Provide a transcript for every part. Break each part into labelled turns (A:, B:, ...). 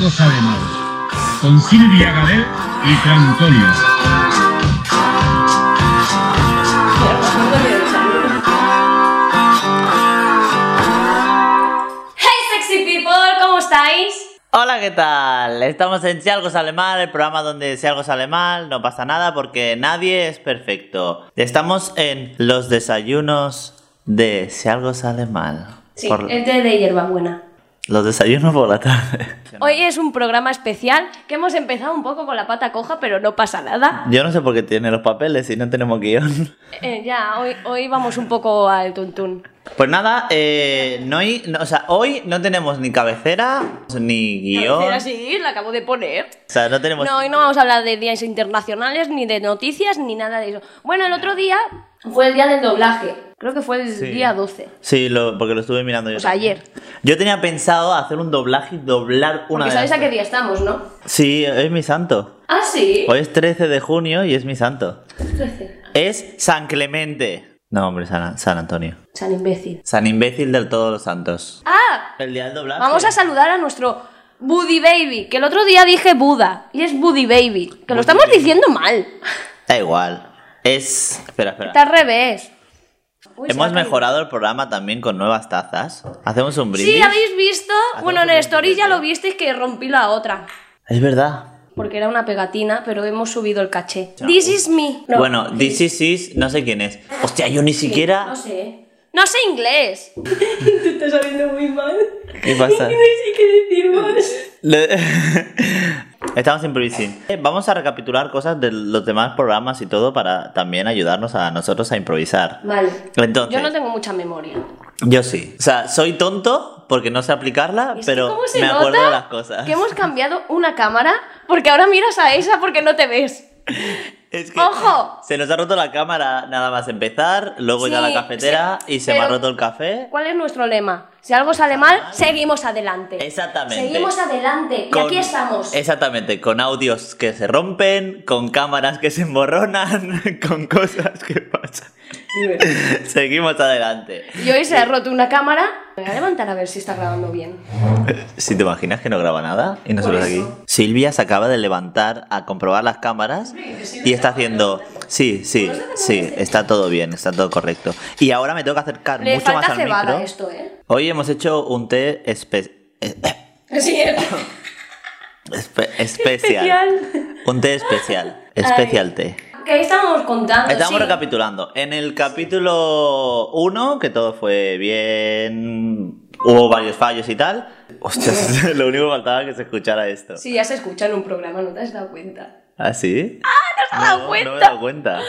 A: lo sabemos, con Silvia Gadet y Franconia.
B: ¡Hey sexy people! ¿Cómo estáis?
C: Hola, ¿qué tal? Estamos en Si algo sale mal, el programa donde si algo sale mal no pasa nada porque nadie es perfecto. Estamos en los desayunos de Si algo sale mal.
B: Sí,
C: Por-
B: es de, de Hierbabuena.
C: Los desayunos por la tarde.
B: Hoy es un programa especial que hemos empezado un poco con la pata coja, pero no pasa nada.
C: Yo no sé por qué tiene los papeles y no tenemos guión.
B: Eh, ya, hoy, hoy vamos un poco al tuntún.
C: Pues nada, eh, no hay- no- o sea, hoy no tenemos ni cabecera ni guión.
B: Cabecera, sí, la acabo de poner.
C: O sea, no tenemos.
B: No, hoy no vamos a hablar de días internacionales, ni de noticias, ni nada de eso. Bueno, el otro día fue el día del doblaje. Creo que fue el
C: Sí.
B: día 12.
C: Sí, lo- porque lo estuve mirando yo.
B: O sea,
C: también.
B: ayer.
C: Yo tenía pensado hacer un doblaje y doblar
B: Porque
C: una de
B: sabéis
C: las
B: a qué
C: dos.
B: día estamos, ¿no?
C: Sí, es mi santo.
B: Ah, sí.
C: Hoy es 13 de junio y es mi santo.
B: 13.
C: Es San Clemente. No, hombre, San, San Antonio.
B: San imbécil.
C: San imbécil de todos los santos.
B: ¡Ah!
C: El día del doblaje.
B: Vamos a saludar a nuestro Buddy Baby, que el otro día dije Buda, y es Buddy Baby, que lo estamos diciendo mal.
C: Da igual. Es. Espera, espera.
B: Está al revés. Uy, se
C: Hemos
B: ha caído.
C: mejorado el programa también con nuevas tazas. Hacemos un brindis.
B: Sí, habéis visto. Bueno, en el story ya lo visteis que rompí la otra.
C: Es verdad.
B: Porque era una pegatina, pero hemos subido el caché. This is me. No,
C: Bueno, this is is, no sé quién es. Hostia, yo ni siquiera.
B: No sé. No sé inglés. Te estás saliendo muy mal.
C: ¿Qué pasa?
B: sé qué decir
C: Le- Estamos improvisando. Eh, Vamos a recapitular cosas de los demás programas y todo para también ayudarnos a nosotros a improvisar.
B: Vale.
C: Entonces,
B: Yo no tengo mucha memoria.
C: yo sí. O sea, soy tonto porque no sé aplicarla,
B: Es que
C: pero
B: ¿cómo se
C: me
B: nota
C: acuerdo de las cosas.
B: Que hemos cambiado una cámara porque ahora miras a esa porque no te ves.
C: Es que
B: ¡Ojo!
C: se nos ha roto la cámara nada más empezar, luego ya
B: Sí,
C: la cafetera
B: sí,
C: y se me ha
B: pero-
C: roto el café.
B: ¿Cuál es nuestro lema? Si algo sale mal, seguimos adelante.
C: Exactamente.
B: Seguimos adelante.
C: Con-
B: Y aquí estamos.
C: Exactamente, con audios que se rompen, con cámaras que se emborronan, con cosas que pasan. Seguimos adelante.
B: Y hoy se ha roto una cámara. Me voy a levantar a ver si está grabando bien.
C: Si te imaginas que no graba nada y nosotros
B: Por
C: aquí.
B: eso.
C: Silvia se acaba de levantar a comprobar las cámaras y está haciendo. Sí, sí, sí, está todo bien, está todo correcto. Y ahora me tengo que acercar
B: Le
C: mucho más
B: falta
C: al
B: cebada
C: micro.
B: esto, ¿eh?
C: Hoy hemos hecho un té espe- eh,
B: Sí, es
C: espe- especial.
B: especial.
C: Un té especial. Especial té.
B: Que ahí estábamos contando.
C: Estamos
B: Ah, sí.
C: recapitulando. En el capítulo 1, que todo fue bien, hubo varios fallos y tal. Hostias, lo único que faltaba que se escuchara esto.
B: Sí, ya se escucha en un programa, no te has dado cuenta.
C: ¿Ah, sí?
B: ¿Te has dado
C: no,
B: cuenta?
C: no me he dado cuenta.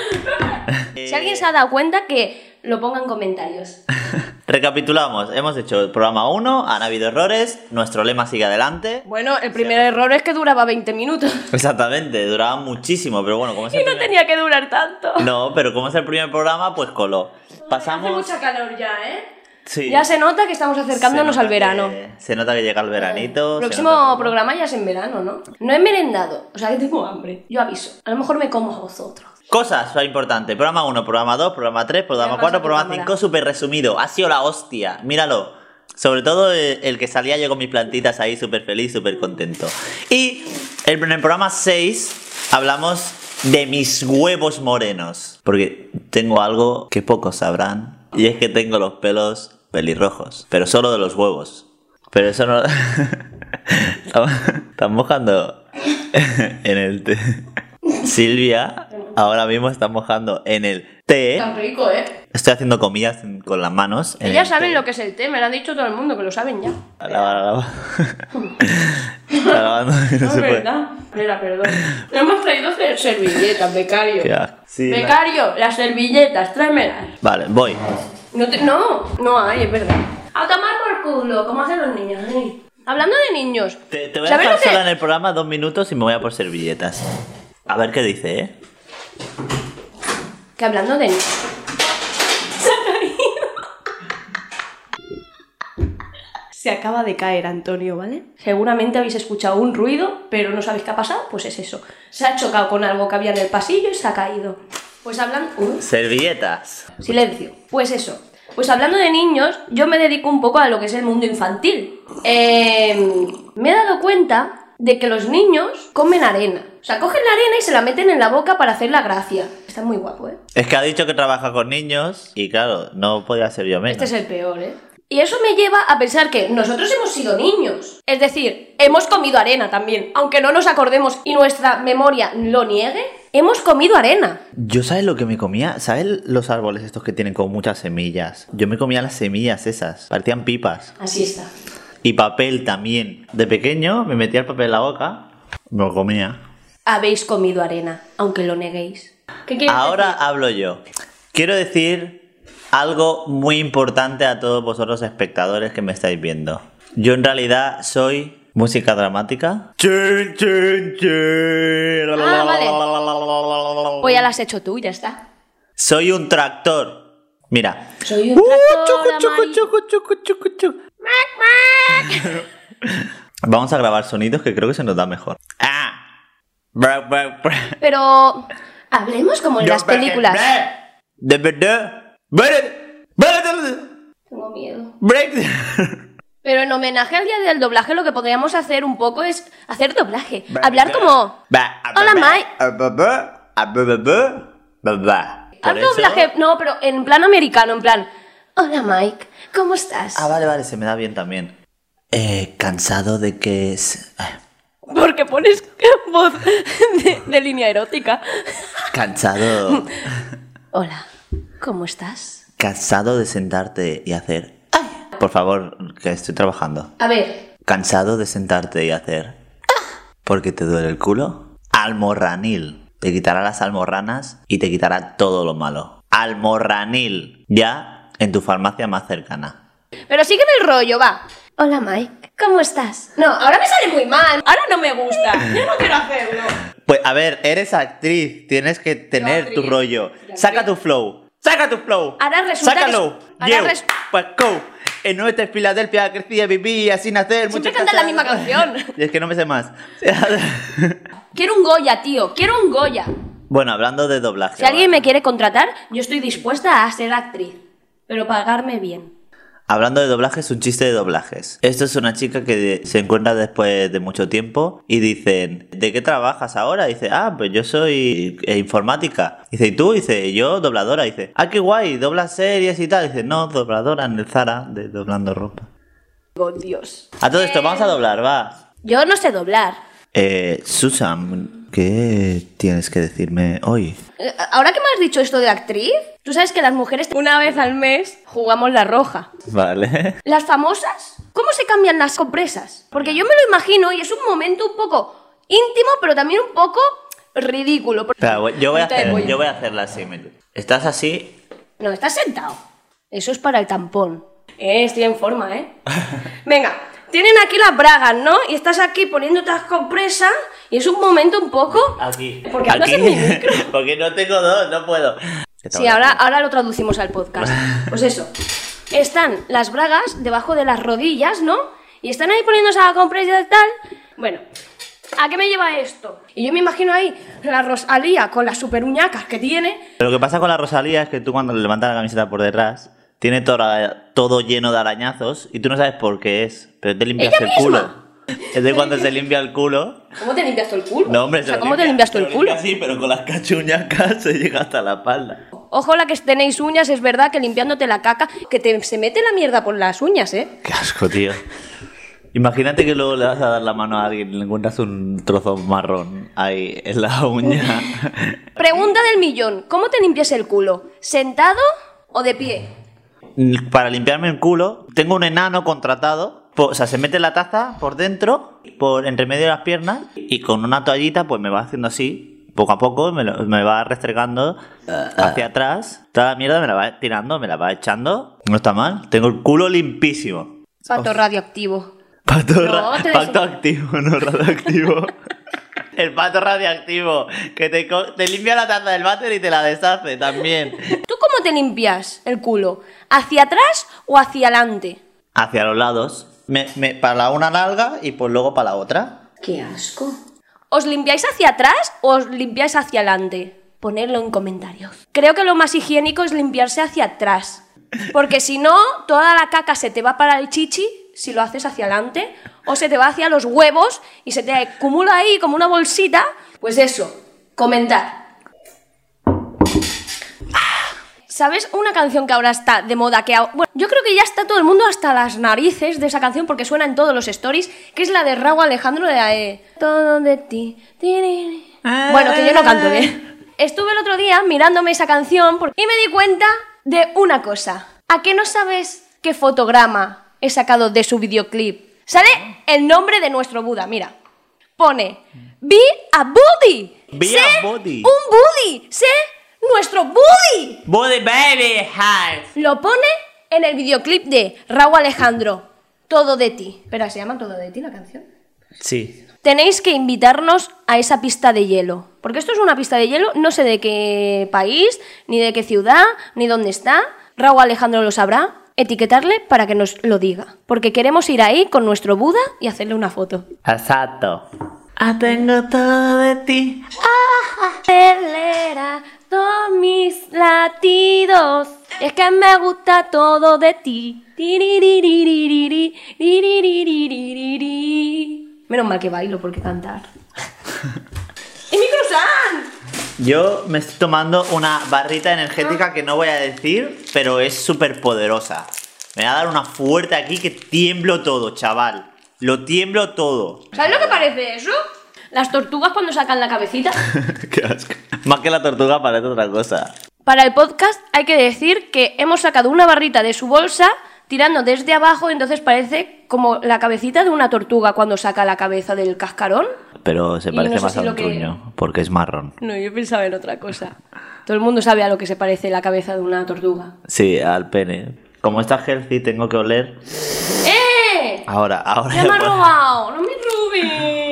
B: Si alguien se ha dado cuenta, que lo ponga en comentarios.
C: Recapitulamos, hemos hecho el programa 1, han habido errores, nuestro lema sigue adelante.
B: Bueno, el primer error es que duraba 20 minutos.
C: Exactamente, duraba muchísimo, pero bueno, como es el
B: Y no
C: primer-
B: tenía que durar tanto.
C: No, pero como es el primer programa, pues coló. Pasamos...
B: calor ya, ¿eh?
C: Sí.
B: Ya se nota que estamos
C: Se
B: acercándonos
C: nota
B: al verano.
C: que- se nota que llega el veranito. se nota
B: Próximo
C: todo.
B: programa ya es en verano, ¿no? No he merendado, o sea que tengo hambre. Yo aviso. A lo mejor me como a vosotros.
C: Cosas fue importante. Programa 1, programa 2, programa 3, programa
B: Mira,
C: 4,
B: pasa tu
C: programa
B: cámara.
C: 5, súper resumido. Ha sido la hostia. Míralo. Sobre todo eh, el que salía yo con mis plantitas ahí súper feliz, súper contento. Y el- en el programa 6 hablamos de mis huevos morenos. Porque tengo algo que pocos sabrán. Y es que tengo los pelos pelirrojos. Pero solo de los huevos. Pero eso no... Estamos- Están mojando en el té. Silvia ahora mismo está mojando en el té.
B: rico, ¿eh?
C: Estoy haciendo comillas con las manos. en
B: Ellas
C: el
B: saben
C: té.
B: lo que es el té, me lo han dicho todo el mundo, que lo saben ya.
C: Lava, lava. Está lavando y no se puede.
B: Espera, Ah, perdón. Hemos traído servilletas, becario.
C: Qué asco. Sí, la-
B: becario, las servilletas, tráemelas.
C: Vale, voy.
B: No, te- no, no hay, es verdad. A tomar por culo, como hacen los niños. ay. Hablando de niños.
C: Te, te voy a
B: ¿sabes lo
C: dejar
B: que-
C: sola en el programa dos minutos y me voy a por servilletas. A ver qué dice, ¿eh?
B: Que hablando de niños. Se acaba de caer Antonio, ¿vale? Seguramente habéis escuchado un ruido, pero no sabéis qué ha pasado, pues es eso. Se ha chocado con algo que había en el pasillo y se ha caído. Pues hablan... Uy,
C: Servilletas.
B: silencio. Pues eso. Pues hablando de niños, yo me dedico un poco a lo que es el mundo infantil. Eh, me he Em, dado cuenta de que los niños comen arena. O sea, cogen la arena y se la meten en la boca para hacer la gracia. Está muy guapo, ¿eh?
C: Es que ha dicho que trabaja con niños y claro, no podía ser yo menos.
B: Este es el peor, ¿eh? Y eso me lleva a pensar que nosotros hemos sido niños. Es decir, hemos comido arena también. Aunque no nos acordemos y nuestra memoria lo niegue, hemos comido arena.
C: Yo sabes lo que me comía, ¿sabes los árboles estos que tienen con muchas semillas? Yo me comía las semillas esas, parecían pipas.
B: Así está.
C: Y papel también. De pequeño me metía el papel en la boca, me lo comía.
B: Habéis comido arena, aunque lo neguéis. ¿Qué quieres
C: Ahora hablo yo. Quiero decir algo muy importante a todos vosotros espectadores que me estáis viendo. Yo en realidad soy música dramática. Chin, chin, chin.
B: Ah, decir? Pues ya las has hecho tú, ya está.
C: Soy un tractor. Mira.
B: Soy
C: Uh.
B: un tractor amarillo.
C: Vamos a grabar sonidos que creo que se nos da mejor. Ah. Bra, bra, bra.
B: Pero hablemos como en las películas.
C: De verdad. Break- break-
B: Tengo miedo.
C: break-
B: Pero en homenaje al día del doblaje, lo que podríamos hacer un poco es hacer doblaje. Hablar como. Hola, Mai.
C: Mike.
B: Haz doblaje. pues. No, pero en plan americano, en plan. Hola, Mike. ¿Cómo estás?
C: Ah, vale, vale, se me da bien también. Eh, cansado de que. es- ah,
B: Porque pones voz de, de línea erótica.
C: Cansado.
B: Hola. ¿Cómo estás?
C: Cansado de sentarte y hacer. "Ay". Por favor, que estoy trabajando.
B: A ver.
C: Cansado de sentarte y hacer. "Ah", Porque te duele el culo. Almorranil. Te quitará las almorranas y te quitará todo lo malo. Almorranil. Ya en tu farmacia más cercana.
B: Pero sígueme el rollo, va. Hola, Mike. ¿Cómo estás? No, ahora me sale muy mal. Ahora no me gusta. Yo no quiero hacerlo.
C: Pues a ver, eres actriz, tienes que tener tu
B: actriz.
C: rollo.
B: Yo
C: Saca tu flow. Saca tu flow.
B: Ahora resulta que
C: Sácalo.
B: es- ahora
C: Yo,
B: res-
C: Paco. En nuestra Filadelfia crecí, viví, así nacer.
B: Siempre
C: muchas
B: cantas la
C: casas-
B: misma canción.
C: Y es que no me sé más.
B: Quiero un Goya, tío. Quiero un Goya.
C: bueno, hablando de doblaje.
B: Si alguien
C: ahora.
B: me quiere contratar, yo estoy dispuesta a ser actriz. Pero pagarme bien.
C: Hablando de doblajes, un chiste de doblajes. Esto es una chica que de- se encuentra después de mucho tiempo y dicen, ¿de qué trabajas ahora? Dice, ah, pues yo soy eh, informática. Dice, ¿y tú? Dice, yo dobladora. Dice, ah, qué guay, doblas series y tal. Dice, no, dobladora en el Zara, de doblando ropa.
B: Oh, Dios.
C: A todo esto, vamos a doblar, va.
B: Yo no sé doblar.
C: Eh, Susan, ¿qué tienes que decirme hoy?
B: Eh, Ahora que me has dicho esto de actriz, tú sabes que las mujeres una vez al mes jugamos la roja.
C: Vale.
B: Las famosas, ¿cómo se cambian las compresas? Porque yo me lo imagino y es un momento un poco íntimo, pero también un poco ridículo. Porque-
C: Espera, voy- yo voy a
B: Punta de
C: hacer,
B: pollo.
C: yo voy a hacerla así. mira. Estás así
B: No, estás sentado. Eso es para el tampón. Eh, estoy en forma, ¿eh? Venga, tienen aquí las bragas, ¿no? Y estás aquí poniéndote las compresas y es un momento un poco...
C: Aquí.
B: ¿Por qué hablas en mi micro?
C: Porque no tengo dos, no puedo.
B: Sí, ahora, ahora lo traducimos al podcast. Pues eso. Están las bragas debajo de las rodillas, ¿no? Y están ahí poniéndose a compresa y tal. Bueno, ¿a qué me lleva esto? Y yo me imagino ahí la Rosalía con las super uñacas que tiene.
C: Lo que pasa con la Rosalía es que tú cuando le levantas la camiseta por detrás, tiene todo, todo lleno de arañazos y tú no sabes por qué es, pero te limpias
B: ¡Ella misma!
C: el culo. Es de cuando se limpia el culo.
B: ¿Cómo te limpias tú el culo?
C: No, hombre,
B: o
C: se
B: sea,
C: lo
B: ¿cómo te
C: limpia-
B: limpias tú
C: se
B: el
C: lo
B: culo?
C: limpia así, pero con las cachuñacas se llega hasta la espalda.
B: Ojo la que tenéis uñas, es verdad que limpiándote la caca, que te, se mete la mierda por las uñas, ¿eh?
C: Qué asco, tío. Imagínate que luego le vas a dar la mano a alguien y le encuentras un trozo marrón ahí en la uña.
B: Pregunta del millón, ¿cómo te limpias el culo? ¿Sentado o de pie?
C: para limpiarme el culo, tengo un enano contratado. po- O sea, se mete la taza por dentro, por entre medio de las piernas, y con una toallita, pues me va haciendo así, poco a poco, me, lo- me va restregando hacia atrás. Toda la mierda me la va tirando, me la va echando. No está mal. Tengo el culo limpísimo.
B: Pato radioactivo.
C: Pato,
B: No,
C: ra-
B: te
C: pacto
B: des-
C: activo, no radioactivo. el pato radioactivo, que te, co- te limpia la taza del váter y te la deshace también.
B: ¿Tú cómo te limpias el culo? ¿Hacia atrás o hacia adelante?
C: hacia los lados. Me, me- para una larga y pues luego para la otra.
B: ¡Qué asco! ¿Os limpiáis hacia atrás o os limpiáis hacia adelante? Ponedlo en comentarios. Creo que lo más higiénico es limpiarse hacia atrás. Porque si no, toda la caca se te va para el chichi, si lo haces hacia adelante o se te va hacia los huevos y se te acumula ahí como una bolsita. Pues eso, comentar. ¿Sabes una canción que ahora está de moda? Que ahora- bueno, yo creo que ya está todo el mundo hasta las narices de esa canción porque suena en todos los stories, que es la de Raúl Alejandro de la de Todo de ti. tiriri. Bueno, que yo no canto bien. Estuve el otro día mirándome esa canción por- y me di cuenta de una cosa. ¿A qué no sabes qué fotograma he sacado de su videoclip? Sale el nombre de nuestro Buda, mira. Pone Be a Buddy.
C: Be
B: Sé
C: a Buddy.
B: Un Buddy. Sé nuestro Buddy.
C: Body baby heart.
B: Lo pone en el videoclip de Raúl Alejandro, Todo de ti. Espera, ¿se llama Todo de ti la canción?
D: Sí.
B: Tenéis que invitarnos a esa pista de hielo. Porque esto es una pista de hielo, no sé de qué país, ni de qué ciudad, ni dónde está. Raúl Alejandro lo sabrá. Etiquetarle para que nos lo diga. Porque queremos ir ahí con nuestro Buda y hacerle una foto.
C: Exacto. Ah, tengo todo de ti.
B: Acelera todos mis latidos. Es que me gusta todo de ti. Tiririririri, tiririririri. Menos mal que bailo porque cantar. ¡Y mi croissant!
C: Yo me estoy tomando una barrita energética que no voy a decir, pero es súper poderosa. Me va a dar una fuerte aquí que tiemblo todo, chaval. Lo tiemblo todo.
B: ¿Sabes lo que parece eso? Las tortugas cuando sacan la cabecita.
C: Qué asco. Más que la tortuga parece otra cosa.
B: Para el podcast hay que decir que hemos sacado una barrita de su bolsa tirando desde abajo, entonces parece como la cabecita de una tortuga cuando saca la cabeza del cascarón.
C: Pero se
B: Y
C: parece
B: no sé
C: más
B: si
C: a
B: lo
C: un
B: que-
C: truño, porque es marrón.
B: No, yo pensaba en otra cosa. Todo el mundo sabe a lo que se parece la cabeza de una tortuga.
C: Sí, al pene. Como está healthy, tengo que oler.
B: ¡Eh!
C: Ahora, ahora.
B: ¡Ya me ha robado! ¡No me robes!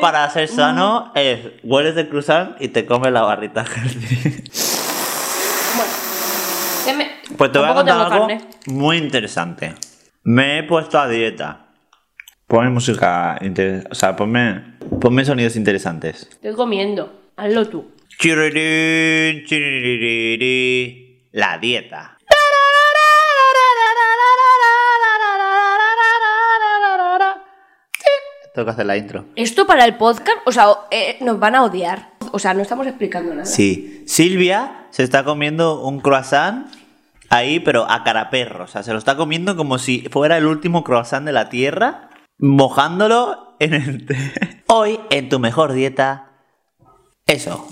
C: Para ser sano es hueles de cruzar y te comes la barrita healthy.
B: Que me-
C: Pues te voy a
B: Tampoco
C: contar
B: tengo
C: algo
B: carne.
C: muy interesante. Me he puesto a dieta. Ponme música, inter- o sea, ponme, ponme sonidos interesantes.
B: Estoy comiendo. Hazlo tú.
C: Chirirín, chiriririrí. La dieta. Tengo que hacer la intro.
B: Esto para el podcast, o sea, o- eh, nos van a odiar. O sea, no estamos explicando nada.
C: Sí, Silvia se está comiendo un croissant ahí, pero a caraperro. O sea, se lo está comiendo como si fuera el último croissant de la tierra, mojándolo en el té. Hoy, en tu mejor dieta, eso.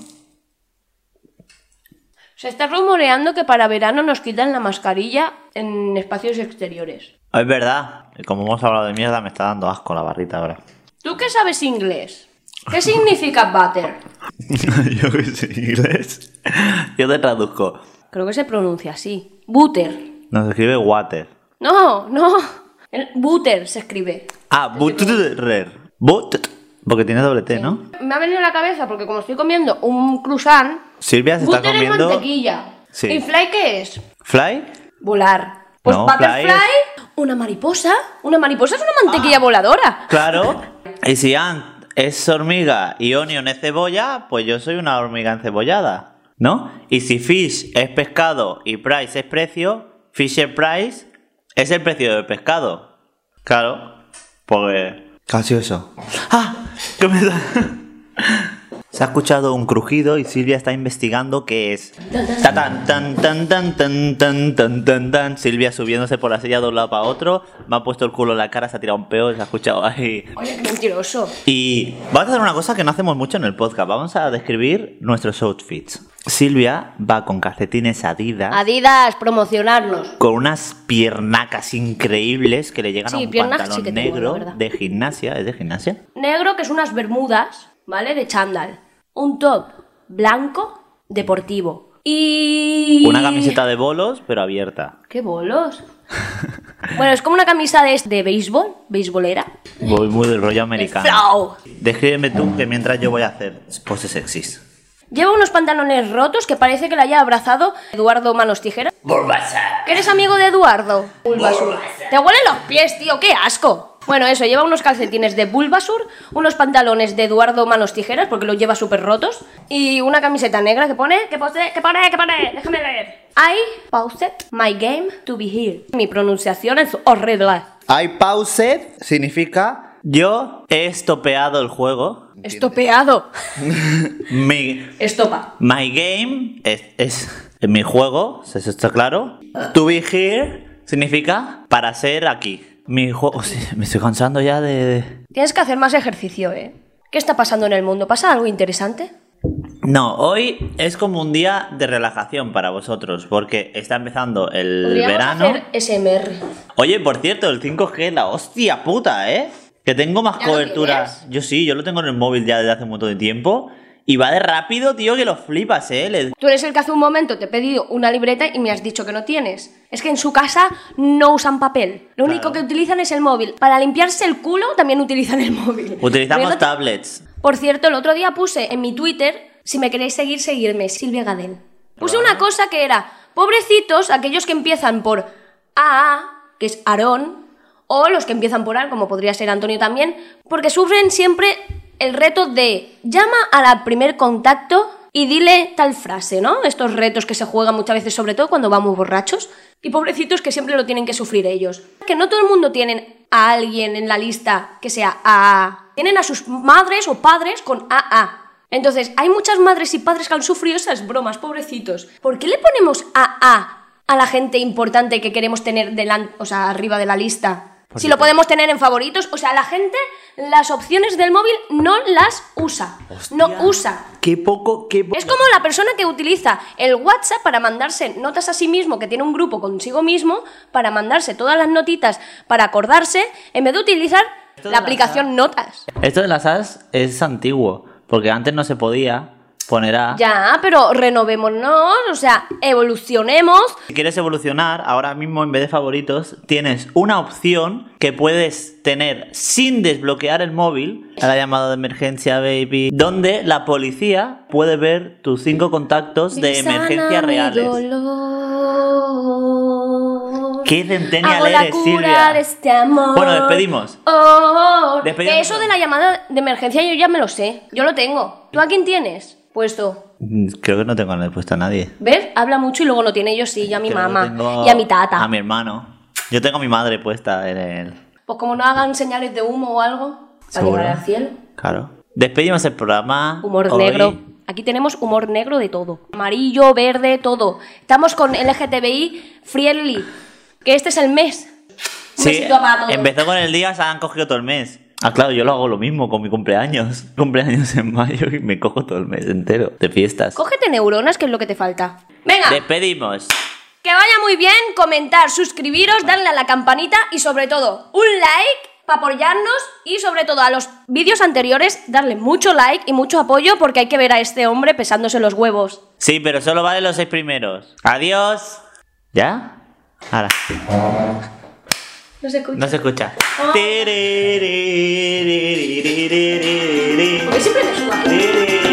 B: Se está rumoreando que para verano nos quitan la mascarilla en espacios exteriores.
C: Es verdad. Y Como hemos hablado de mierda, me está dando asco la barrita ahora.
B: ¿Tú qué sabes inglés? ¿Qué significa butter?
C: Yo que sé inglés. Yo te traduzco.
B: Creo que se pronuncia así. Butter.
C: Nos escribe water.
B: No, no. El butter se escribe.
C: Ah, butter. But. Porque tiene doble T, ¿no?
B: Me ha venido a la cabeza porque como estoy comiendo un croissant,
C: Silvia se está
B: butter es
C: comiendo.
B: mantequilla.
C: Sí.
B: ¿Y fly qué es?
C: ¿Fly?
B: Volar. Pues
C: No,
B: butterfly,
C: fly
B: una mariposa. Una mariposa es una
C: Ah.
B: mantequilla voladora.
C: Claro. Y si Ant es hormiga y Onion es cebolla, pues yo soy una hormiga encebollada, ¿no? Y si Fish es pescado y Price es precio, Fisher Price es el precio del pescado. Claro, porque... Casi eso. ¡Ah! ¿Qué me da? Se ha escuchado un crujido y Silvia está investigando qué es. Tatán, tan, tan, tan, tan, tan, tan, tan, tan. Silvia subiéndose por la silla de un lado para otro. Me ha puesto el culo en la cara, se ha tirado un peo y se ha escuchado ahí.
B: Oye, qué mentiroso.
C: Y vamos a hacer una cosa que no hacemos mucho en el podcast. Vamos a describir nuestros outfits. Silvia va con calcetines Adidas,
B: Adidas, promocionarnos.
C: con unas piernacas increíbles que le llegan
B: Sí,
C: a un
B: piernacas
C: pantalón
B: sí que tengo, la
C: negro
B: verdad.
C: de gimnasia. ¿Es de gimnasia?
B: Negro, que es unas bermudas, ¿vale? De chándal. Un top blanco, deportivo. Y...
C: Una camiseta de bolos, pero abierta.
B: ¡Qué bolos! bueno, es como una camisa de, de béisbol, béisbolera.
C: Voy muy del rollo americano.
B: Flow.
C: Descríbeme tú que mientras yo voy a hacer poses sexys.
B: Lleva unos pantalones rotos que parece que la haya abrazado Eduardo Manos Tijera. ¿Que eres amigo de Eduardo? Bulbasur. Te huelen los pies, tío, qué asco. Bueno, eso, lleva unos calcetines de Bulbasur, unos pantalones de Eduardo Manos Tijeras, porque los lleva súper rotos, y una camiseta negra que pone, que pone, que pone, que pone, déjame leer. I paused my game to be here. Mi pronunciación es horrible.
C: I paused significa yo he estopeado el juego.
B: Estopeado.
C: Mi,
B: Estopa.
C: my game es, es mi juego, ¿eso está claro? To be here significa para ser aquí. Mi juego... me estoy cansando ya de... de-
B: Tienes que hacer más ejercicio, ¿eh? ¿Qué está pasando en el mundo? ¿Pasa algo interesante?
C: No, hoy es como un día de relajación para vosotros, porque está empezando el
B: Podríamos
C: verano.
B: hacer SMR.
C: Oye, por cierto, el 5G es la hostia puta, ¿eh? Que tengo más
B: ¿Ya lo
C: cobertura.
B: tienes?
C: Yo sí, yo lo tengo en el móvil ya desde hace un montón de tiempo. Y va de rápido, tío, que lo flipas, ¿eh? Le-
B: Tú eres el que hace un momento te he pedido una libreta y me has dicho que no tienes. Es que en su casa no usan papel. Lo único que utilizan es el móvil. Para limpiarse el culo también utilizan el móvil.
C: Utilizamos
B: Pero-
C: tablets.
B: Por cierto, el otro día puse en mi Twitter, si me queréis seguir, seguirme, Silvia Gadel. Puse una cosa que era, pobrecitos, aquellos que empiezan por AA, que es Aarón, o los que empiezan por A, como podría ser Antonio también, porque sufren siempre el reto de llama a la primer contacto y dile tal frase, ¿no? Estos retos que se juegan muchas veces, sobre todo cuando vamos borrachos, y pobrecitos que siempre lo tienen que sufrir ellos. Que no todo el mundo tienen a alguien en la lista que sea AA. Tienen a sus madres o padres con AA. Entonces, hay muchas madres y padres que han sufrido esas bromas, pobrecitos. ¿Por qué le ponemos AA a la gente importante que queremos tener delante, o sea, arriba de la lista? Si lo podemos tener en favoritos, o sea, la gente las opciones del móvil no las usa. No usa.
C: Qué poco, qué poco.
B: Es como la persona que utiliza el WhatsApp para mandarse notas a sí mismo, que tiene un grupo consigo mismo, para mandarse todas las notitas para acordarse, en vez de utilizar
C: Esto de
B: la
C: la
B: aplicación Notas.
C: Esto de las as es antiguo, porque antes no se podía poner A.
B: Ya, pero renovémonos, o sea, evolucionemos.
C: Si quieres evolucionar, ahora mismo en vez de favoritos, tienes una opción que puedes tener sin desbloquear el móvil, a la llamada de emergencia, baby, donde la policía puede ver tus cinco contactos de emergencia reales. Qué centennial
B: Hago la
C: eres,
B: cura
C: Silvia.
B: de este amor.
C: Bueno, despedimos.
B: Oh, oh, oh.
C: Despedimos.
B: Que eso de la llamada de emergencia yo ya me lo sé. Yo lo tengo. ¿Tú a quién tienes? Puesto.
C: Mm, Creo que no tengo respuesta a nadie.
B: ¿Ves? Habla mucho y luego no tiene yo sí, yo a mi
C: Creo que
B: mamá
C: tengo
B: y a mi tata.
C: A mi hermano. Yo tengo a mi madre puesta en el.
B: Pues como no hagan señales de humo o algo, para
C: Seguro.
B: llegar al cielo.
C: Claro. Despedimos el programa.
B: Humor
C: hoy.
B: negro. Aquí tenemos humor negro de todo. Amarillo, verde, todo. Estamos con LGTBI friendly. Que este es el mes. Un
C: Sí,
B: besito para todos.
C: empezó con el día, se han cogido todo el mes. Ah, claro, yo lo hago lo mismo con mi cumpleaños. Cumpleaños en mayo y me cojo todo el mes entero de fiestas.
B: Cógete neuronas, que es lo que te falta. Venga,
C: Despedimos.
B: que vaya muy bien. Comentar, suscribiros, darle a la campanita y sobre todo, un like para apoyarnos y sobre todo a los vídeos anteriores, darle mucho like y mucho apoyo porque hay que ver a este hombre pesándose los huevos.
C: Sí, pero solo vale los seis primeros. Adiós. ¿Ya? Ahora,
B: No se escucha.
C: no se escucha.
B: Ah.
C: Tiriririririririri.
B: Porque siempre me suba.
C: Tiriri.